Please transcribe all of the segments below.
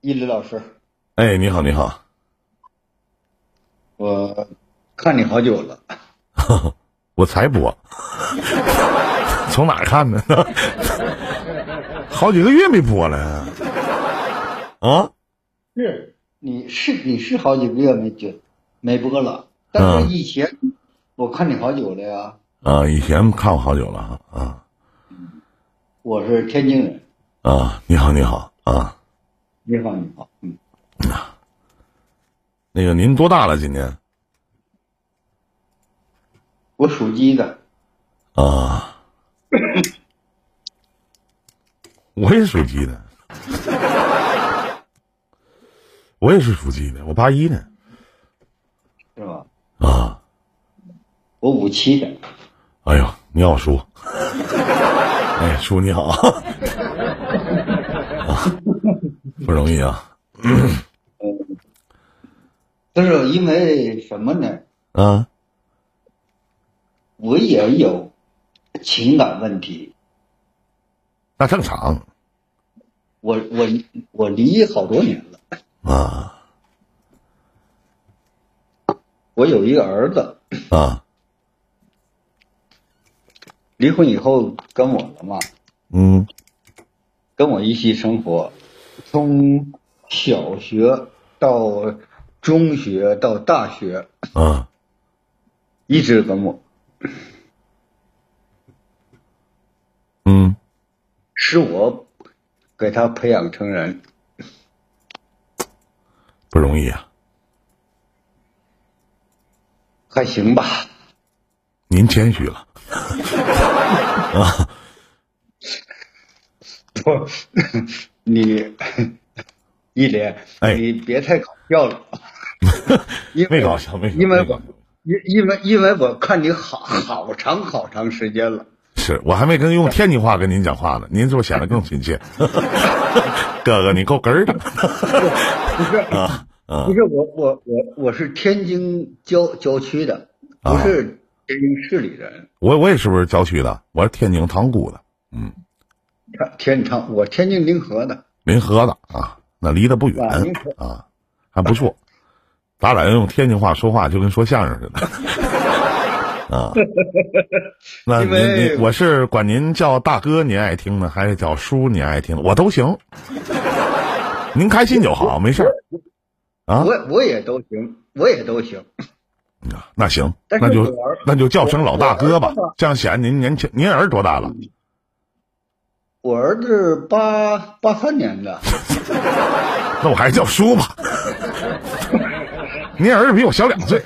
一礼老师，哎，你好，你好，我看你好久了，我才播，从哪儿看的？好几个月没播了啊！是你是你是好几个月没就没播了，但嗯是以前我看你好久了呀，啊，以前看我好久了啊我是天津人，啊！你好，你好啊！你好你好，嗯，那个您多大了？今年我属鸡的，啊？我也属鸡的，我也是属鸡的，我八一的是吧？啊！我五七的，哎呦，你好，叔！ 哎，叔你好， 啊，不容易啊！就是因为什么呢？啊，我也有情感问题，那正常我我我离好多年了，啊我有一个儿子，啊，离婚以后跟我了嘛，嗯跟我一起生活，从小学到中学到大学，啊，一直跟我。嗯，是我给他培养成人，不容易啊！还行吧？ 您谦虚了，不，你一脸，哎你别太搞笑 了，因为没搞笑，没搞笑因为没搞我笑因因为因为我看你好好长好长时间了，是我还没跟用天津话跟您讲话呢，您是不是显得更亲切？ 哥哥，你够哏儿的不是、 啊啊不是我我我我是天津郊郊区的，不啊是天津市里人。我我也是不是郊区的？我是天津塘沽的，嗯，天天昌，我天津临河的，临河的啊，那离得不远啊临河啊，还不错。咱俩要用天津话说话，就跟说相声似的 啊。那因您为您我是管您叫大哥，您爱听呢，还是叫叔您爱听？我都行，您开心就好，没事儿啊。我我也都行，我也都行。那行，但是那就我儿那就叫声老大哥吧我儿子吧，这样显得您年轻。您儿多大了？我儿子八八三年的， 那我还是叫叔吧。您儿子比我小两岁，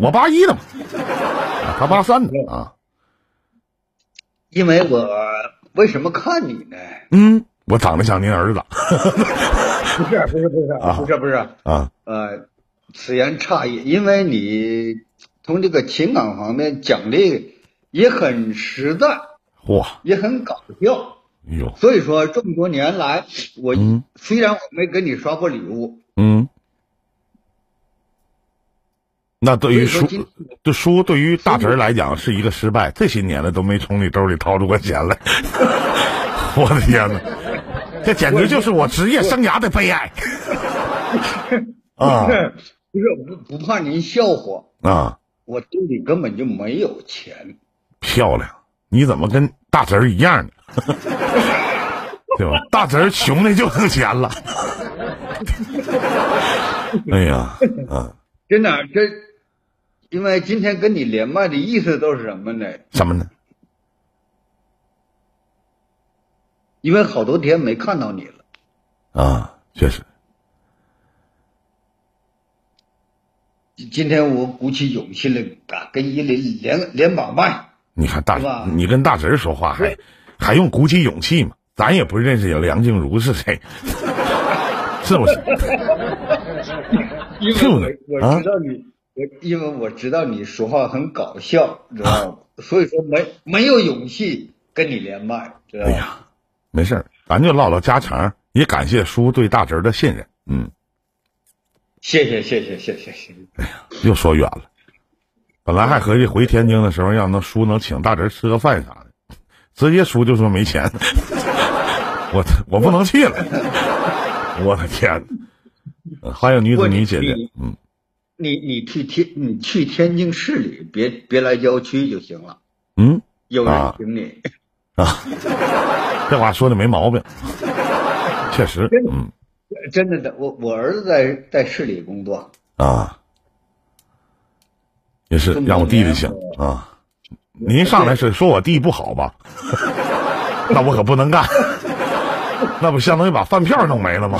我八一的嘛，啊他八三的啊。因为我为什么看你呢？嗯，我长得像您儿子不是不是不是啊不是不是，啊。呃，此言差矣，因为你从这个情感方面讲的也很实在，嚯，也很搞笑。哎呦，所以说这么多年来，我、嗯虽然我没给你刷过礼物，嗯。那对所以于叔说今，对叔对于大侄儿来讲是一个失败，这些年了都没从你兜里掏出过钱来， 我的天哪，这简直就是我职业生涯的悲哀 啊不是不是我不不怕您笑话，啊！我兜里根本就没有钱。漂亮，你怎么跟大侄儿一样呢？ 对吧？大侄儿穷的就剩钱了， 哎呀，啊，真的，这因为今天跟你连麦的意思都是什么呢？什么呢？因为好多天没看到你了，啊，确实，今天我鼓起勇气来敢跟伊林连连把麦，你看大是吧，你跟大侄儿说话还还用鼓起勇气吗？咱也不认识梁静茹是谁， 是不是？因是不为是我啊我知道你，我因为我知道你说话很搞笑，知道吗？所以说没没有勇气跟你连麦，知道哎吗？呀，没事儿，咱就唠唠家常，也感谢叔对大侄儿的信任。嗯，谢谢谢谢谢谢谢谢，又说远了，本来还合计回天津的时候让那叔能请大侄儿吃个饭啥的， 直接叔就说没钱，我我不能去了。我的天哪！花样女子你姐姐，嗯，你你去天你去天津市里，别别来郊区就行了，嗯有人啊请你。 啊，这话说的没毛病， 确实，嗯真的的，我我儿子在在市里工作，啊，也是这么多让我弟弟年请我啊。您上来是说我弟不好吧？ 那我可不能干，那不相当于把饭票弄没了吗？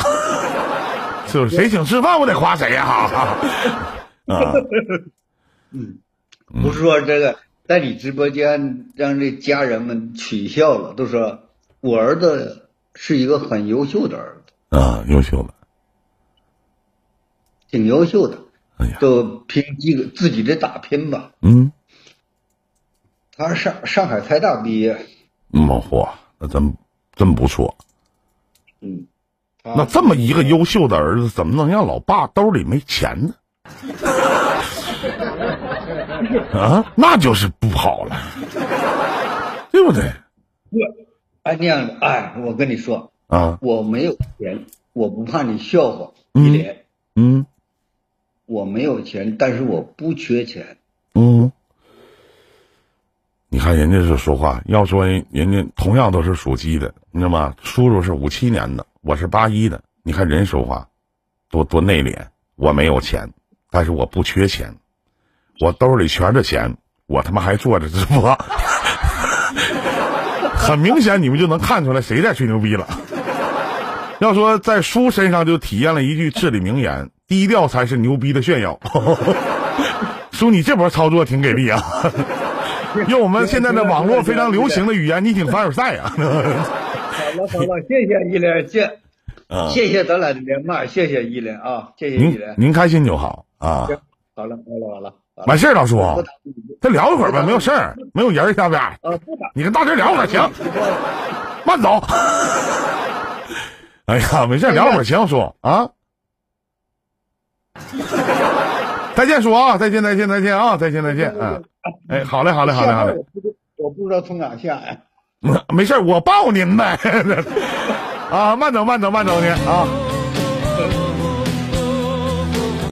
是不是？谁请吃饭我得夸谁呀、啊，嗯不是说这个在你直播间让这家人们取笑了，都说我儿子是一个很优秀的儿子，啊，优秀了，挺优秀的，哎呀，就凭自己自己的打拼吧。嗯，他是上上海财大毕业，嗯，嚯，那真真不错。嗯，那这么一个优秀的儿子，怎么能让老爸兜里没钱呢？啊，那就是不好了，对不对？哎那样的，哎，我跟你说，啊，我没有钱，我不怕你笑话嗯一脸，嗯我没有钱，但是我不缺钱。嗯，你看人家这说话，要说人家同样都是属鸡的，你知道吗？叔叔是五七年的，我是八一的，你看人说话多多内敛。我没有钱，但是我不缺钱，我兜里全是钱，我他妈还做着直播。 很明显，你们就能看出来谁在吹牛逼了。要说在叔身上就体验了一句至理名言：低调才是牛逼的炫耀。 叔，你这波操作挺给 力啊！用我们现在的网络非常流行的语言，你挺凡尔赛啊！好了好了，谢谢一莲，谢啊谢谢咱俩的连麦，谢谢一莲啊，谢谢一您莲。嗯您开心就好啊，好了好了好了，好了完事儿，老叔，不打不打再聊一会儿吧，没有事儿，没有人儿，要不要？啊不打，你跟大侄聊会儿行，慢走。 哎呀，没事，聊会儿行，叔啊。再见，叔啊，再见，再见，再见啊，再见，再见，嗯，哎，好嘞，好嘞，好嘞，好下班嘞， 我不知我不知道从哪下呀。 没事儿，我抱您呗。啊，慢走，慢走，慢走您啊。